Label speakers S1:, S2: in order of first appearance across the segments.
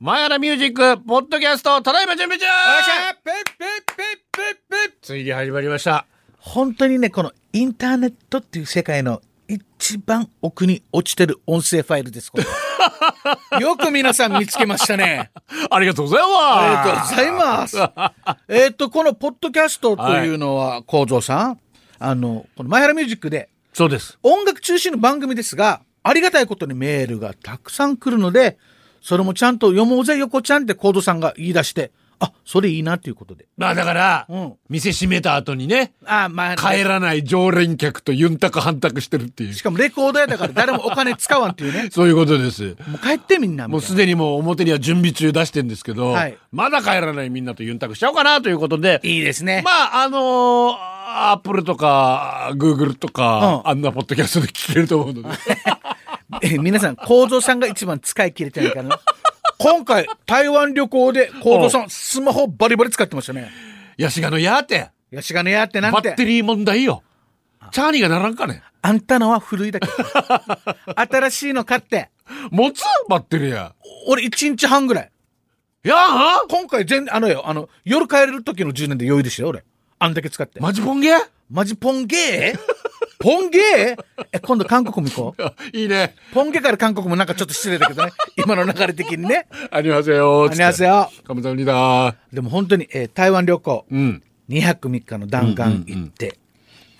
S1: マヤラミュージック、ポッドキャスト、ただいま準備中
S2: ペッペッペッペッペッ
S1: ついに始まりました。
S2: 本当にね、このインターネットっていう世界の一番奥に落ちてる音声ファイルです、これ よく皆さん見つけましたね。
S1: ありがとうございます。
S2: ありがとうございます。えっと、このポッドキャストというのは、幸三さん、あの、このマイハラミュージックで
S1: そうです。
S2: 音楽中心の番組ですが、ありがたいことにメールがたくさん来るので、それもちゃんと読もうぜ、横ちゃんって幸三さんが言い出して、あ、それいいなということで。
S1: まあだから、
S2: うん
S1: 店閉めた後にね、
S2: あ、まあ、
S1: 帰らない常連客とユンタク反クしてるっていう。
S2: し。かもレコード屋だから誰もお金使わんっていう ね
S1: そういうことです。
S2: もう帰ってみんなみ
S1: もう
S2: たい
S1: すでにもう表には準備中出してんですけど、
S2: はい
S1: まだ帰らないみんなとユンタクしちゃおうかなということで
S2: な。、いいですね。
S1: まああのーアップルとか、グーグルとか、
S2: うん
S1: あんなポッドキャストで聞けると思う ので。
S2: え 皆さん、構造さんが一番使い切れてないからな 今回、台湾旅行で構造さん、スマホバリバリ使ってましたね。
S1: ヤシガのやーて、
S2: ヤシガネやってな
S1: バ
S2: ん
S1: ッテ
S2: て。
S1: リー問題よ。チャーニーがならんかね。
S2: あんたのは古い だけど。新しいの買って。
S1: 持つバッテリーや。
S2: 俺1日半ぐらい。
S1: やあ
S2: 今回全、あのよ、あの、夜帰れる時の10年で余裕でしたよ、俺。あんだけ使って。
S1: マジボンゲ
S2: マジポンゲー ポンゲーえ、今度韓国も行こう。
S1: いいね。
S2: ポンゲから韓国もなんかちょっと失礼だけど ね。今の流れ的にね。
S1: ありますよ。
S2: あります。よ。
S1: カムタニだ。
S2: でも本当に、えー台湾旅行、
S1: うん。
S2: 2泊3日の弾丸行って、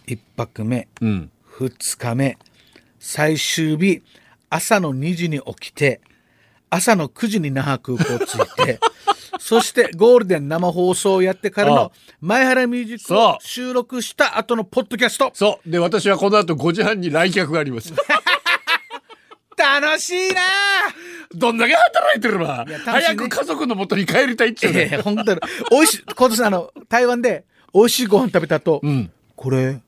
S2: 1泊目、
S1: うん。
S2: 2日目、最終日、朝の2時に起きて、朝の9時に那覇空港着い て、そしてゴールデン生放送をやってか
S1: あ
S2: ら
S1: あ
S2: の前原ミュージック
S1: そう
S2: を収録した後のポッドキャスト。
S1: そう。で、私はこの後5時半に来客があり ます。
S2: 楽しいなあ
S1: どんだけ働いてれば、
S2: いや楽しいね
S1: 早く家族の元に帰りたいっちゅう
S2: え
S1: ね。
S2: え本当に。美味しい、今年あの、台湾で美味しいご飯食べた後、
S1: ん
S2: これ、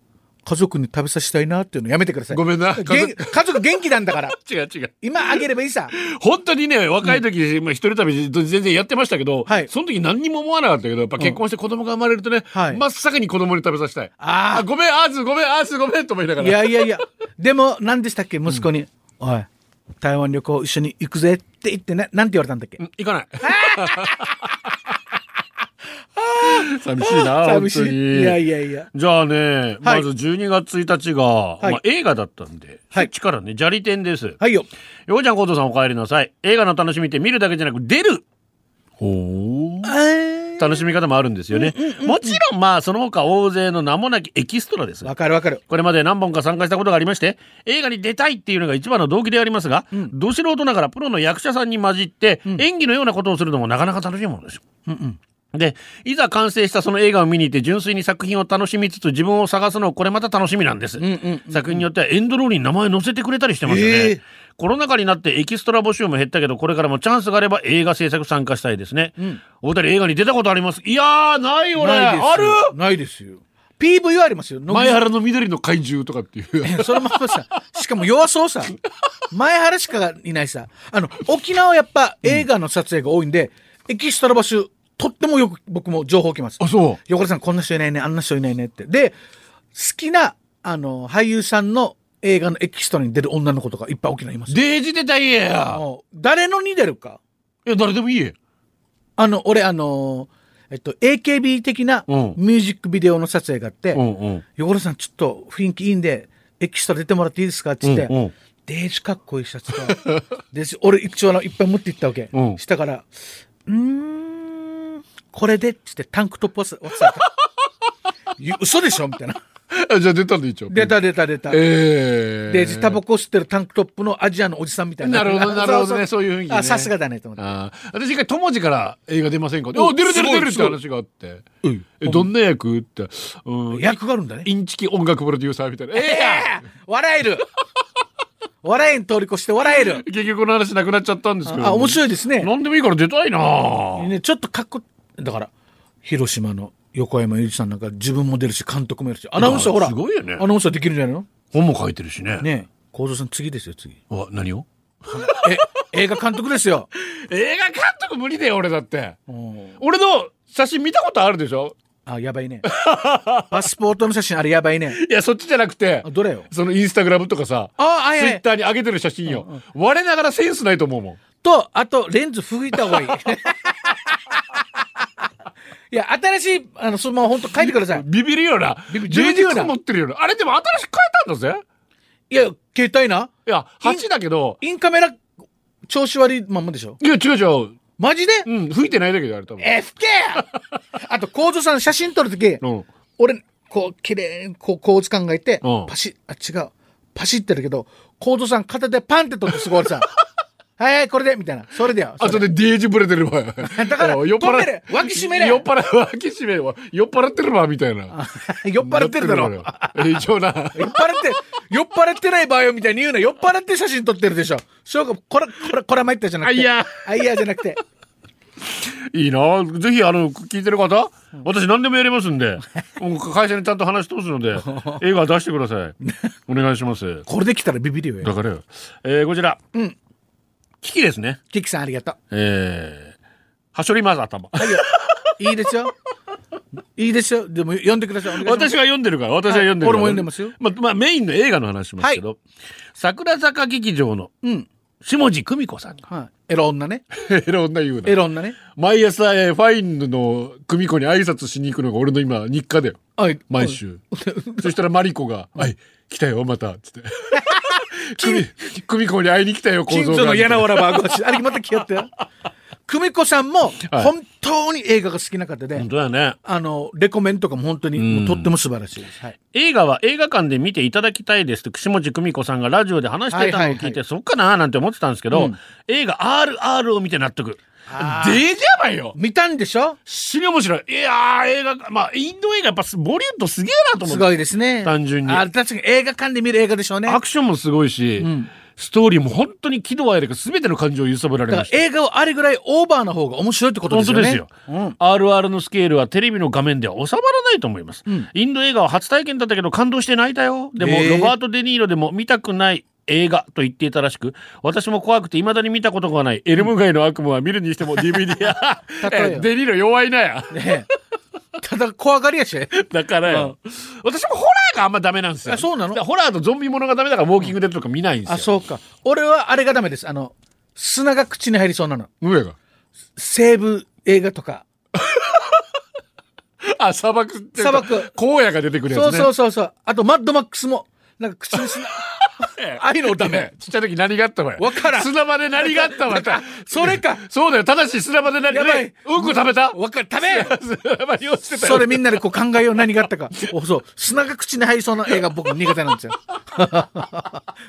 S2: 家族に食べさせたいなっていうのやめてください。
S1: ごめんな
S2: 元家族元気なんだから。
S1: 違う違う。
S2: 今あげればいいさ。
S1: 本当にね、若い時、まあ一人旅全然やってましたけど、
S2: はい
S1: その時何にも思わなかったけど、やっぱ結婚して子供が生まれるとね、
S2: はい
S1: 真っ先に子供に食べさせたい。
S2: あー
S1: ごめん、アーズ、ごめん、アーズ、ごめん、と思いながら。
S2: いやいやいや。でも、何でしたっけ息子に、おい、台湾旅行一緒に行くぜって言ってね、なんて言われたんだっけ、
S1: うん行かない。 寂しいな、 寂
S2: 寂し
S1: し
S2: い。
S1: い。
S2: いやいやいや。
S1: じゃあね、
S2: は
S1: ま
S2: い
S1: ず12月1日が、
S2: い
S1: まあ、映画だったんで、
S2: はい
S1: そっちからね、砂利店です。
S2: はいよ。
S1: ようちゃん、コートさんお帰りなさい。映画の楽しみって見るだけじゃなく出る。ほ
S2: あー
S1: 楽しみ方もあるんですよね。もちろん、まあ、その他大勢の名もなきエキストラです。
S2: わかるわかる。
S1: これまで何本か参加したことがありまして、映画に出たいっていうのが一番の動機でありますが、ど素人ながらプロの役者さんに混じって、演技のようなことをするのもなかなか楽しいものです。で、いざ完成したその映画を見に行って、純粋に作品を楽しみつつ、自分を探すのをこれまた楽しみなんです。作品によってはエンドロールに名前載せてくれたりしてますよね。
S2: ええ
S1: コロナ禍になってエキストラ募集も減ったけど、これからもチャンスがあれば映画制作参加したいですね。お二人映画に出たことありますいやー、ない俺
S2: ないですよ
S1: ある
S2: ないですよ。PV ありますよ。野口
S1: 前原の緑の怪獣とかっていう。
S2: それもさ、しかも弱そうさ。前原しかいないさ。あの、沖縄はやっぱ映画の撮影が多いんで、エキストラ募集、とってもよく僕も情報来ます。
S1: あ、そう。
S2: 横田さんこんな人いないね、あんな人いないねって。で、好きな、あの、俳優さんの映画のエキストラに出る女の子とかいっぱい沖縄います。
S1: デージ出たいや。
S2: もう誰のに出るか。
S1: いや、誰でもいい。
S2: あの、俺あの、えっと、AKB 的なミ
S1: うん
S2: ュージックビデオの撮影があって、
S1: うんうん。
S2: 横田さんちょっと雰囲気いいんで、エキストラ出てもらっていいですかって言って、
S1: うんうん
S2: デージかっこいいシャツと、デージ 俺一応あのいっぱい持って行ったわけ。
S1: うん
S2: したから、うーん、これでって言ってタンクトップ忘れた。ゆ嘘でしょ みたいな。
S1: じゃあ出たんで一応。
S2: 出。た出た出た。
S1: ええ
S2: デージタバコ吸ってるタンクトップのアジアのおじさんみたい
S1: な
S2: な。
S1: るほ どなるほどねそういう雰囲気ね
S2: あ、さすがだねと思って。
S1: ああ私一回友次から映画出ませんかって
S2: お
S1: お出る出る出るって
S2: すごい
S1: 話があって。え、どんな役って。うん。
S2: 役があるんだね。
S1: インチキ音楽プロデューサーみたいな。え
S2: ええ笑える 笑えん通り越して笑える
S1: え結局この話なくなっちゃったんですけど。
S2: あ、面
S1: い。
S2: 白いですね。
S1: 何でもいいから出たいなぁ
S2: ね、ちょっとかっこ、だから、広島の横山裕二さんなんか自分も出るし、監督もやるし、アナウンサ
S1: いや
S2: ーほら、
S1: すごいよね
S2: アナウンサーできるんじゃないの
S1: 本も書いてるしね。
S2: ねえ、幸三さん次ですよ、次。
S1: あ、何を
S2: え、映 画監督ですよ。
S1: 映画監督無理だよ、俺だって。
S2: うん
S1: 俺の写真見たことあるでしょ
S2: あ、やば いね。パスポートの写真、あれやばいね。
S1: いや、そっちじゃなくて
S2: あ、。どれよ。
S1: そのインスタグラムとかさ、
S2: あ、あ、
S1: ツイ
S2: いや
S1: ッターに上げてる写真よ。我ながらセンスないと思うもん。
S2: とあとレンズ拭いた 方がいいいや新しいあのスマホ本当書いてください
S1: ビビるような
S2: ビビる
S1: 充実
S2: 充実
S1: 持ってるようなあれでも新しく変えたんだぜ
S2: いや携帯ない
S1: や8だけど
S2: インカメラ調子悪いまんまでしょ
S1: いや違う違う
S2: マジで
S1: うん吹いてないだけどあれ多分
S2: FK あと構造さん写真撮るとき
S1: うん
S2: 俺こう綺麗にこう構図考えて
S1: うん
S2: パシッあ違うパシってるけど構造さん片手パンって撮ってすごいさはいはいこれでみたいなそれでよ
S1: あ
S2: そ
S1: と
S2: れ
S1: でデージブレてる わ。だ
S2: から止めれ脇締めれ
S1: 酔っ払う、 脇締めろ酔っ払ってるわ、みたいな。
S2: 酔っ払ってるだろ
S1: 酔っ払ってるだろ一応な。
S2: 酔っ払って酔っ払ってない場合よみたいに言うな酔っ払って写真撮ってるでしょ翔子こらこらこら参ったじゃなく
S1: あ
S2: て
S1: いや
S2: あいやじゃなくて
S1: いいなぜひ、あの、聞いてる方、私何でもやりますん で、もう会社にちゃんと話し通すので、映画出してください。お願いします。
S2: これできたらビビるよ
S1: だ
S2: よ
S1: からよ、えーこちら。
S2: うん
S1: 危機ですね。
S2: キキさんありがと
S1: えー、はしょります、頭。
S2: ういいですよいいですよでも読んでくださいお願いします
S1: 私が読んでるから、私は読んでるから、
S2: はい俺も読んでますよ
S1: まあ、まあ、メインの映画の話しますけど、桜坂劇場の
S2: うん
S1: 下地久美子 さんが。
S2: はいエロ女ね
S1: エロ女言うな
S2: エ。ロ女ね
S1: 毎朝、えーファインの久美子に挨拶しに行くのが俺の今、日課だよ。
S2: はい
S1: 毎週。そしたらマリコが、はい、来たよ、また、つって。 久 美久美子に会いに来たよ、構
S2: 近
S1: 造
S2: 所の
S1: が。
S2: 嫌なわらばごしあれまた来やったよ 久美子さんも
S1: はい
S2: 本当に映画が好きな方で、
S1: 本当だよね。
S2: あのレコメンとかも本当にもうとっても素晴らしいです、はい、
S1: 映画は映画館で見ていただきたいですと下地久美子さんがラジオで話していたのを聞いて、
S2: はいはいは
S1: そっかなーなんて思ってたんですけど、
S2: うん
S1: 映画 RR を見て納得。
S2: あ
S1: デ
S2: ー
S1: ージやばいよ
S2: 見たんでしょ
S1: 死に面白い。いやー、映画、まあ、インド映画やっぱすボリュッドすげえなと思
S2: す
S1: って。
S2: ごいですね
S1: 単純に
S2: あ確かに映画館で見る映画でしょうね
S1: アクションもすごいし、
S2: ん
S1: ストーリーも本当に喜怒哀楽全ての感情を揺さぶられ
S2: だ
S1: ま
S2: から
S1: した。
S2: 映画をあれぐらいオーバーな方が面白いってこと
S1: 本
S2: です
S1: 当
S2: よね。
S1: ですよ、RR のスケールはテレビの画面では収まらないと思います、インド映画は初体験だったけど感動して泣いたよでも、
S2: へー
S1: ロバート・デ・ニーロでも見たくない映画と言っていたらしく私も怖くて未だに見たことがないエルム街の悪夢は見るにしても DVD や
S2: 例えば
S1: デ・ニーロ弱いなや
S2: うんねえただ怖がりやし。
S1: だからよ、私もホラーがあんまダメなんですよ
S2: あそうなの
S1: だからホラーとゾンビものがダメだからウォーキングデッドとか見ないんですよ、
S2: あ、そうか。俺はあれがダメです。あの、砂が口に入りそうなの。
S1: 上が
S2: 西部映画とか。
S1: あ砂漠っていうか
S2: 砂漠
S1: 荒野が出てくるやつ
S2: そ
S1: ね
S2: うそうそうそう。あと、マッドマックスも、なんか口に砂、ああいうのダメ。
S1: ちっちゃい時何があったわよ。
S2: わからん
S1: 砂場で何があったわよ。
S2: それか。
S1: そうだよ。ただし砂場で何
S2: やばい
S1: ねうんこ食べた
S2: わかる、食べ
S1: 砂場に落ちてたよ
S2: それみんなでこう考えよう何があっ たか。おそう。砂が口に入りそうな映画僕苦手なんですよ。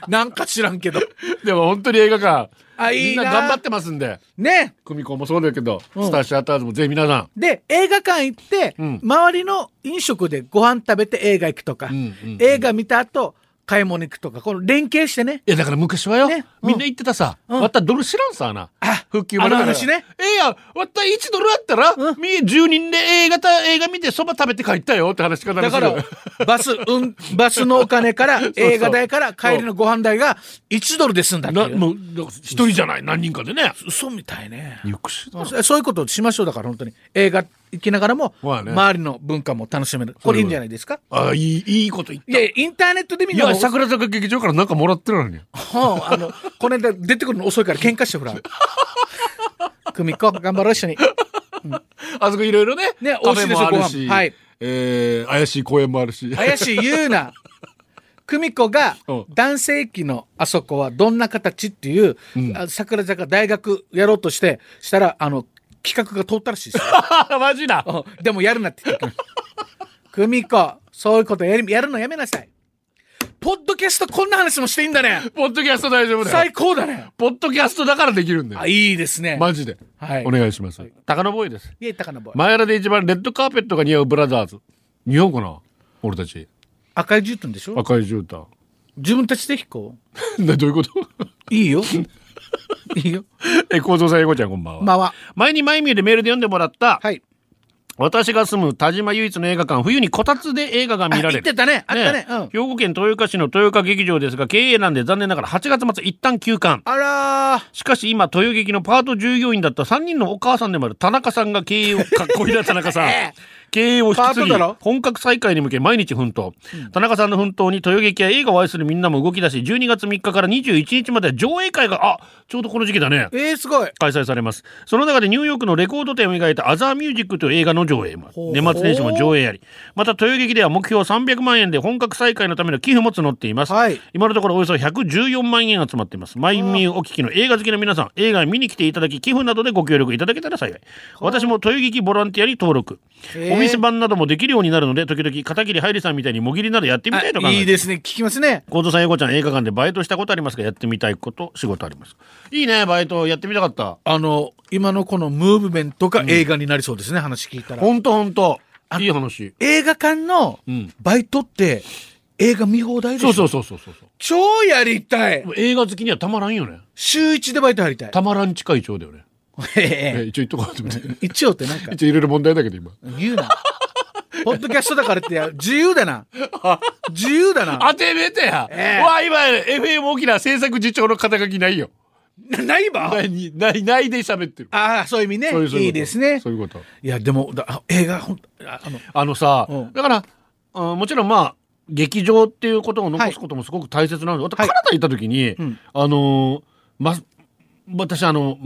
S2: なんか知らんけど。
S1: でも本当に映画館。
S2: あい
S1: み
S2: い
S1: んな
S2: な
S1: 頑張ってますんで。
S2: ね。
S1: 久美子もそうだけど、
S2: うん
S1: スターシアターズもぜひ皆さ
S2: で映画館行って、
S1: うん
S2: 周りの飲食でご飯食べて映画行くとか、
S1: ん。うんうん
S2: 映画見た後買い物行くとかこの連携してね
S1: いやだから昔はよ、
S2: ねうん
S1: みんな言ってたさ、
S2: うん
S1: わったドル知らんさな。
S2: あ
S1: 復旧まで
S2: あの話ね。
S1: ええやん、わった1ドルあったら、
S2: う
S1: み10人で映画た映画見てそば食べて帰ったよって話し方
S2: だ
S1: にす
S2: か
S1: る
S2: らバス、うん、バスのお 金から映画代から帰りのご飯代が1ドルで済んだって
S1: な、
S2: いう
S1: もう、一人じゃない、何人かでね。
S2: 嘘みたいね
S1: ゆくしだ
S2: そういうことをしましょうだから本当に映画行きながらも、
S1: まあね
S2: 周りの文化も楽しめるこれいいんじゃないですか
S1: あ、いい、いいこと言っ
S2: いやいやインターネットで
S1: い
S2: 見るの
S1: や、
S2: も
S1: 桜坂劇場からなんかもらってるのに。
S2: うん あの、この間出てくるの遅いから喧嘩してほら。久美子、頑張ろう一緒に。
S1: あそこいろいろね。
S2: ね
S1: カフェもある
S2: 美味し
S1: し。
S2: いですよご飯はい
S1: えー、怪しい公園もあるし。
S2: 怪しい言うな。久美子が
S1: うん
S2: 男性器のあそこはどんな形っていう、あ桜坂大学やろうとして、したら、あの、企画が通ったらしいです よ
S1: マジだ。
S2: うんでもやるなって言ってくる。 久美子、そういうことやりやるのやめなさい。ポッドキャストこんな話もしていいんだね。
S1: ポッドキャスト大丈夫だよ。
S2: 最高だね。
S1: ポッドキャストだからできるんだよ。
S2: あ、いいですね。
S1: マジで。
S2: はい
S1: お願いします。高野ボーイです。
S2: いえ、高野ボーイ
S1: 前原で一番レッドカーペットが似合うブラザーズ。似合うかな俺たち。
S2: 赤い絨毯でしょ
S1: 赤い絨毯。
S2: 自分たちで飛行
S1: などういうこと
S2: いいよ。いいよ。
S1: え、構造さん、英語ちゃんこんばんは。
S2: まあは。
S1: 前にマイミューでメールで読んでもらった、
S2: はい。
S1: 私が住む田島唯一の映画館、冬にこたつで映画が見られる。
S2: あ言ってたねあったねうん
S1: 兵庫県豊岡市の豊岡劇場ですが、経営なんで残念ながら8月末一旦休館。
S2: あらー。
S1: しかし今、豊劇のパート従業員だった3人のお母さんでもある田中さんが経営を、かっこいいな田中さん。 経営を引き継ぎ
S2: パートだろ
S1: 本格再開に向け毎日奮闘、田中さんの奮闘に豊劇や映画を愛するみんなも動き出し12月3日から21日まで上映会があちょうどこの時期だね
S2: えー、すごい
S1: 開催されますその中でニューヨークのレコード店を描いた「アザーミュージック」という映画の上映も
S2: ほう
S1: 年末年始も上映ありまた豊劇では目標300万円で本格再開のための寄付も募っています、
S2: はい
S1: 今のところおよそ114万円集まっていますマイミューお聞きの映画好きの皆さん映画に見に来ていただき寄付などでご協力いただけたら幸い私も豊劇ボランティアに登録、
S2: へー
S1: お店番などもできるようになるので時々片桐はいりさんみたいにもぎりなどやってみたいと考
S2: あ
S1: えて
S2: い
S1: い
S2: いですね聞きますね
S1: 近藤さん、英子ちゃん、映画館でバイトしたことありますかやってみたいこと、仕事あります。いいね、バイト、やってみたかった。
S2: あの今のこのムーブメントが映画になりそうですね、話聞いたら
S1: ほんとほんと。いい話。
S2: 映画館の
S1: ん
S2: バイトって映画見放題でし
S1: そ
S2: ょ
S1: うそうそうそうそう。
S2: 超やりたい
S1: 映画好きにはたまらんよね。
S2: 週一でバイト入りたい
S1: たまらん近い長だよね。
S2: ええ
S1: 一応言っとこうと思って。
S2: 一応ってなんか
S1: 一応いろいろ問題だけど今。
S2: 言 うなポッドキャストだからってや自由だな自由だな
S1: 当てめてや。
S2: ええ
S1: うわ、今、FM 沖縄制作次長の肩書きないよ。
S2: ないば
S1: ない、ない、ないで喋ってる。
S2: ああそういう意味ね
S1: そううそううこと
S2: いいですね
S1: そういうこと。
S2: いやでもだあ映画ほんああの
S1: あのさ、
S2: うん
S1: だから、うんもちろんまあ、劇場っていうことを残すこともすごく大切なので、
S2: は
S1: 私、
S2: い
S1: カナダ行った時に、
S2: ん
S1: あのーま、私、あの、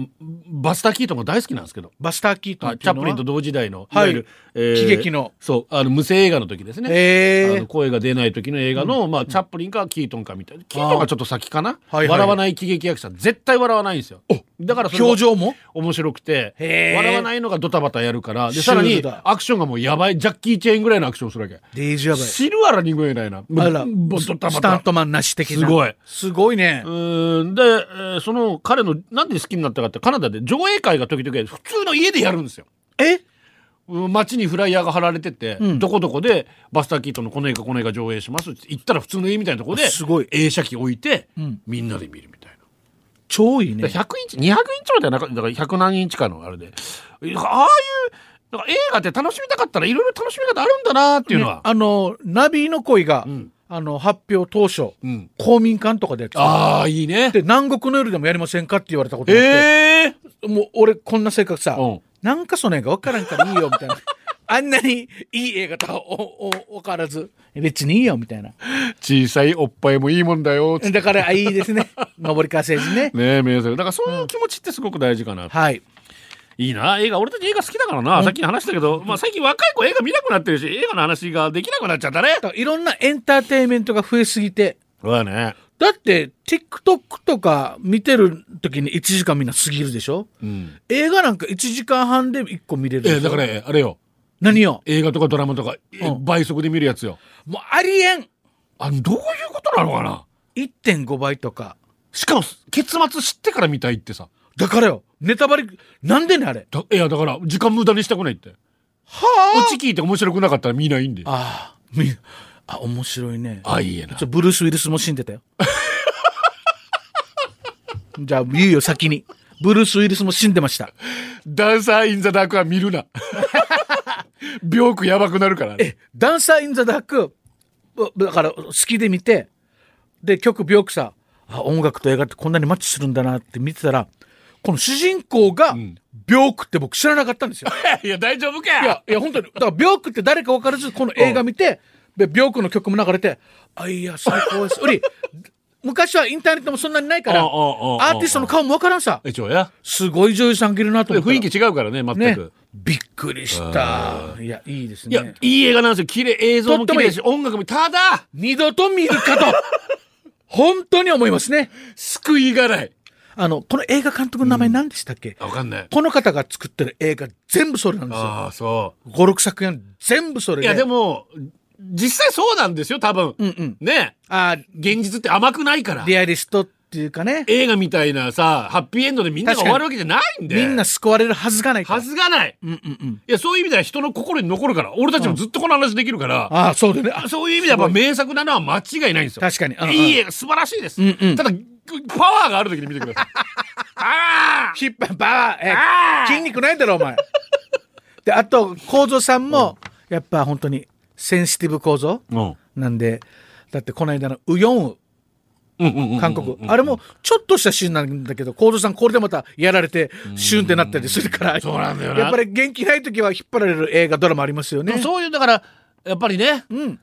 S1: バスター・キートンが大好きなんですけど、
S2: バスター・キートン
S1: あ
S2: って
S1: チ
S2: い
S1: ャ
S2: うの
S1: ッ
S2: は
S1: プリンと同時代の、
S2: はい
S1: いわゆる、えー
S2: 喜劇の
S1: そう、あの、無声映画の時ですね。
S2: え
S1: あの
S2: ー、
S1: 声が出ない時の映画の、まあ、チャップリンかキートンかみたいなキートンがちょっと先かな、
S2: はいはい
S1: 笑わない喜劇役者絶対笑わないんですよだからそれが
S2: 表情も
S1: 面白くて
S2: へー
S1: 笑わないのがドタバタやるからで
S2: シュ
S1: さ
S2: ー
S1: ら
S2: ル
S1: に
S2: だ
S1: アクションがもうやばいジャッキー・チェーンぐらいのアクションするわけ
S2: デイジやばい
S1: 知るわらにぐえないなもう
S2: あら
S1: もう
S2: ス
S1: ドタバ
S2: スタン
S1: タ
S2: トマンなし的な
S1: すごい
S2: すごいね
S1: うーんで、えーその彼のなんで好きになったかってカナダで上映会が時々普通の家でやるんですよ
S2: え
S1: うん街にフライヤーが貼られてて、
S2: うん
S1: どこどこでバスター・キートンのこの映画この映画上映しますって行ったら普通の家みたいなところです
S2: ごい
S1: 映写機置いて、
S2: うん
S1: みんなで見るみたいな。
S2: 超いいね
S1: だから100インチ200インチまではなかだから100何インチかのあれでああいうだから映画って楽しみたかったらいろいろ楽しみ方あるんだなっていうのは、
S2: ねあのナビの恋が、
S1: ん
S2: あの発表当初、
S1: うん、
S2: 公民館とかでやってた
S1: ああいいね
S2: で南国の夜でもやりませんかって言われたことがあって、
S1: ええ
S2: もう俺こんな性格さ、
S1: うん
S2: なんかその映画分からんからいいよみた いなあんなにいい映画とはおお分からず別にいいよみたいな
S1: 小さいおっぱいもいいもんだよつって
S2: だからあいいで すね上りかせずね
S1: ねえ皆さんだからそういう気持ちってすごく大事かな、
S2: はい
S1: いいな映画俺たち映画好きだからな、さっき話したけ ど、まあ、最近若い子映画見なくなってるし映画の話ができなくなっちゃったね
S2: だからいろんなエンターテインメントが増えすぎて
S1: そうだね
S2: だって TikTok とか見てる時に1時間みんな過ぎるでしょ
S1: うん
S2: 映画なんか1時間半で1個見れるでしょ、
S1: だからねあれよ
S2: 何よ
S1: 映画とかドラマとか、え
S2: うん
S1: 倍速で見るやつよ
S2: もうありえん
S1: あどういうことなのかな
S2: 1.5倍とか
S1: しかも結末知ってから見たいってさ
S2: だからよネタバレなんでねあれ
S1: だいやだから時間無駄にしたくないって
S2: は
S1: オチ聞いて面白くなかったら見ないんであ
S2: ああみあ面白いね
S1: あいいえな
S2: ちょブルース・ウィルスも死んでたよ じゃあ言うよ先にブルース・ウィルスも死んでました
S1: ダンサーインザダークは見る な病気やばくなるからね
S2: えダンサー・イン・ザ・ダークうだから好きで見てで曲ビョークさあ音楽と映画ってこんなにマッチするんだなって見てたらこの主人公がビョークって僕知らなかったんですよ
S1: いや大丈夫か
S2: いや、いや、本当に。だから、ビョークって誰か分からず、この映画見て、で、ビョークの曲も流れて、あ、いや、最高です。うり、昔はインターネットもそんなにないから、ア
S1: おうおうおうおう
S2: ーティストの顔も分からんさ。
S1: 一応や
S2: すごい女優さんがいるなと
S1: で
S2: 思った
S1: 雰
S2: ら。
S1: 囲気違うからね全
S2: ね
S1: く、。
S2: びっくりした。いや、いいです
S1: いや
S2: ね。
S1: いい映画なんですよ綺麗映像も綺麗だし音楽もただ
S2: 二度と見る かと、本当に思いますね。
S1: 救いがない
S2: あの、この映画監督の名前何でしたっけ、
S1: わかんない
S2: この方が作ってる映画全部それなんですよ。
S1: ああそ
S2: 5、6作品全部そ
S1: う
S2: れ
S1: い
S2: で。
S1: やでも実際そうなんですよ多分、
S2: うんうん。
S1: ね
S2: あ
S1: 現実って甘くないから
S2: ーリアリストっていうかね。
S1: 映画みたいなさハッピーエンドでみんなが終
S2: 確かに
S1: わるわけじゃないんで
S2: みんな救われるはずがないから
S1: はずがない
S2: うんうんうん。
S1: いやそういう意味では人の心に残るから俺たちもずっとこの話できるから、
S2: ああ、そうだね。あ
S1: そういう意味ではやっぱ名作なのは間違いないんですよ
S2: 確かにうんうん
S1: いい映画素晴らしいです、
S2: うんうん
S1: ただパワーがある時に見てくだ さいあ
S2: ヒッパー、バー、え
S1: あー
S2: 筋肉ないだろ、お前。で、あと、構造さんも、やっぱ本当にセンシティブ構造
S1: あ、うん、
S2: なんで、だってこの間のウヨンウ、
S1: うんうんうんうん
S2: 韓国あれもちょっとしたシーンなんだけど幸三さんこれでまたやられてシュンってなったりするから
S1: そうなんだよな
S2: やっぱり元気ない時は引っ張られる映画ドラマありますよね
S1: そういうだからやっぱりね、
S2: ん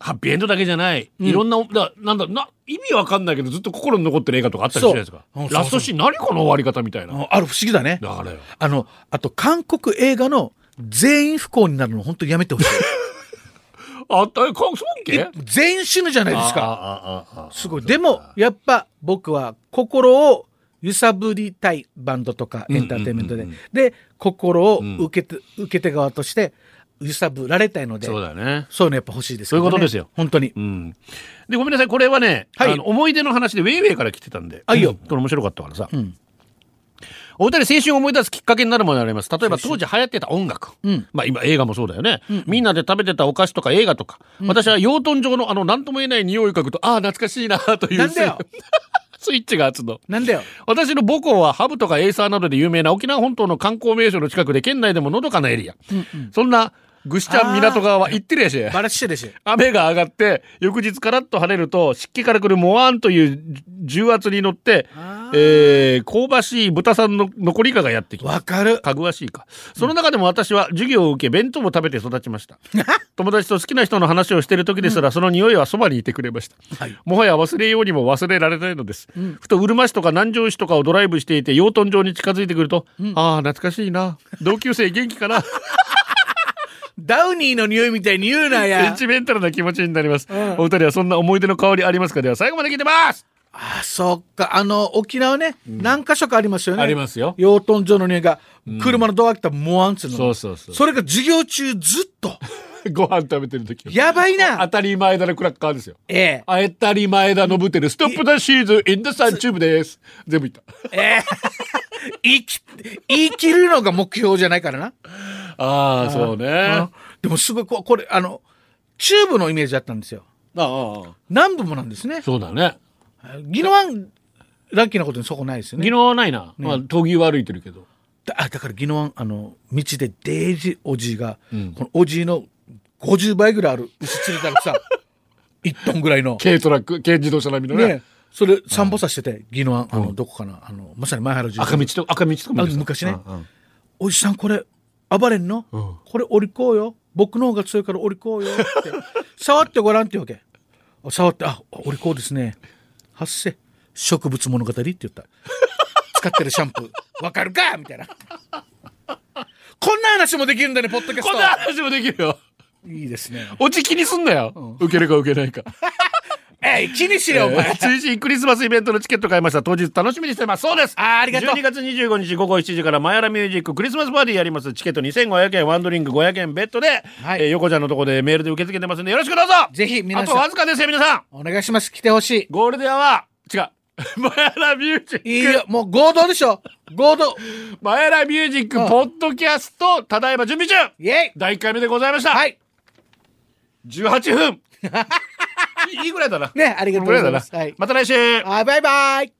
S1: ハッピーエンドだけじゃない、いろんなだなんだな意味わかんないけどずっと心に残ってる映画とかあったりするじゃない
S2: そ
S1: で
S2: ううん
S1: すかラストシーン何この終わり方みたいな、
S2: あある不思議だね
S1: だからよ
S2: あのあと韓国映画の全員不幸になるの本当にやめてほしい
S1: あったえかそうっけ
S2: え全員死ぬじゃないですか
S1: あああああ
S2: すごいでもやっぱ僕は心を揺さぶりたいバンドとかエンターテインメントで、
S1: うんうんうん
S2: で心を受けて、受け手側として揺さぶられたいので
S1: そうだよね
S2: そういうのやっぱ欲しいですけどね、
S1: そういうことですよ
S2: 本当に。
S1: うん、でごめんなさいこれはね、
S2: はい
S1: あの思い出の話でウェイウェイから来てたんで
S2: あいいよ
S1: うんこれ面白かったからさ、
S2: ん
S1: お二人青春を思い出すきっかけになるものがあります例えば当時流行ってた音楽、
S2: ん
S1: まあ、今映画もそうだよね、みんなで食べてたお菓子とか映画とか、私は養豚場のあの何とも言えない匂いを嗅ぐとああ懐かしいなという
S2: なんだよ
S1: スイッチが集うの
S2: なんだよ。
S1: 私の母校はハブとかエイサーなどで有名な沖縄本島の観光名所の近くで県内でものどかなエリア、そんなぐしちゃん港側は行ってるやし
S2: バラしてるし。
S1: 雨が上がって翌日カラッと晴れると湿気からくるモワーンという重圧に乗って
S2: あ、
S1: えー香ばしい豚さんの残りかがやってきます
S2: わかる。
S1: かぐわしいかその中でも私は授業を受け弁当も食べて育ちました 友達と好きな人の話をしている時ですら、その匂いはそばにいてくれました、
S2: はい
S1: もはや忘れようにも忘れられないのです、ふとうるま市とか南城市とかをドライブしていて養豚場に近づいてくると、ああ懐かしいな同級生元気かな
S2: ダウニーの匂いみたいに言うな
S1: セン
S2: や。
S1: チメンタルな気持ちになります、
S2: ん
S1: お二人はそんな思い出の香りありますかでは最後まで聞いてます
S2: あ、そっか。あの、沖縄ね、何箇所かありますよね。
S1: ありますよ
S2: 養豚場の匂いが、車のドア開けたらモワンっつうの。
S1: そうそうそう
S2: それが授業中ずっと。
S1: ご飯食べてる時
S2: やばい
S1: 当
S2: な。
S1: たり前だのクラッカーですよ
S2: ええ。
S1: あ当たり前だのブテルストップザシーズンインダサンチューブです全部言った
S2: ええ。 生き、生きるのが目標じゃないからな。
S1: ああそうね
S2: うんでもすごい、ここれ、あの、チューブのイメージだったんですよ。
S1: あ
S2: 南部もなんですね。
S1: そうだね
S2: 宜野湾、ラッキーなことにそこないですよね。
S1: 技能はないな、まあ闘牛は歩いてるけど
S2: だあだから宜野湾あの道でデージおじいが、
S1: ん
S2: このおじいの50倍ぐらいある牛連れたらさ1トンぐらいの、
S1: 軽トラック軽自動車並みのね
S2: ね、それ散歩させてて宜野湾あのどこかなあのまさに前原
S1: 赤道と赤道とかも
S2: あ
S1: ですか
S2: 昔ね
S1: うんうん
S2: おじさんこれ暴れんの、
S1: うん
S2: これおりこうよ僕の方が強いからおりこうよって 触ってごらんって言うわけ触ってあおりこうですね発生植物物語って言った使ってるシャンプーわかるかみたいなこんな話もできるんだねポッドキャス
S1: こんな話もできるよ
S2: トいいですね
S1: オチ気にすんなよ、受けるか受けないか
S2: えい気にしろお前
S1: 追伸クリスマスイベントのチケット買いました当日楽しみにしてますそうです
S2: あーありがとう
S1: 12月25日午後7時からマヤラミュージッククリスマスパーティーやりますチケット2500円ワンドリンク500円ベッドで、
S2: はい
S1: えー横ちゃんのとこでメールで受け付けてますんでよろしくどうぞ
S2: ぜひ皆
S1: あ
S2: さ
S1: と
S2: ん
S1: わずかですよ皆さん
S2: お願いします来てほしい
S1: ゴールデンは違う マヤラミュージック
S2: いいよもう合同でしょ合同
S1: マヤラミュージックポッドキャストただいま準備中
S2: イエイ
S1: 第1回目でございました、
S2: はい
S1: 18分いいいぐらいだな
S2: ねありがとうございます
S1: これぐらだな
S2: はい
S1: また来週
S2: あバイバイ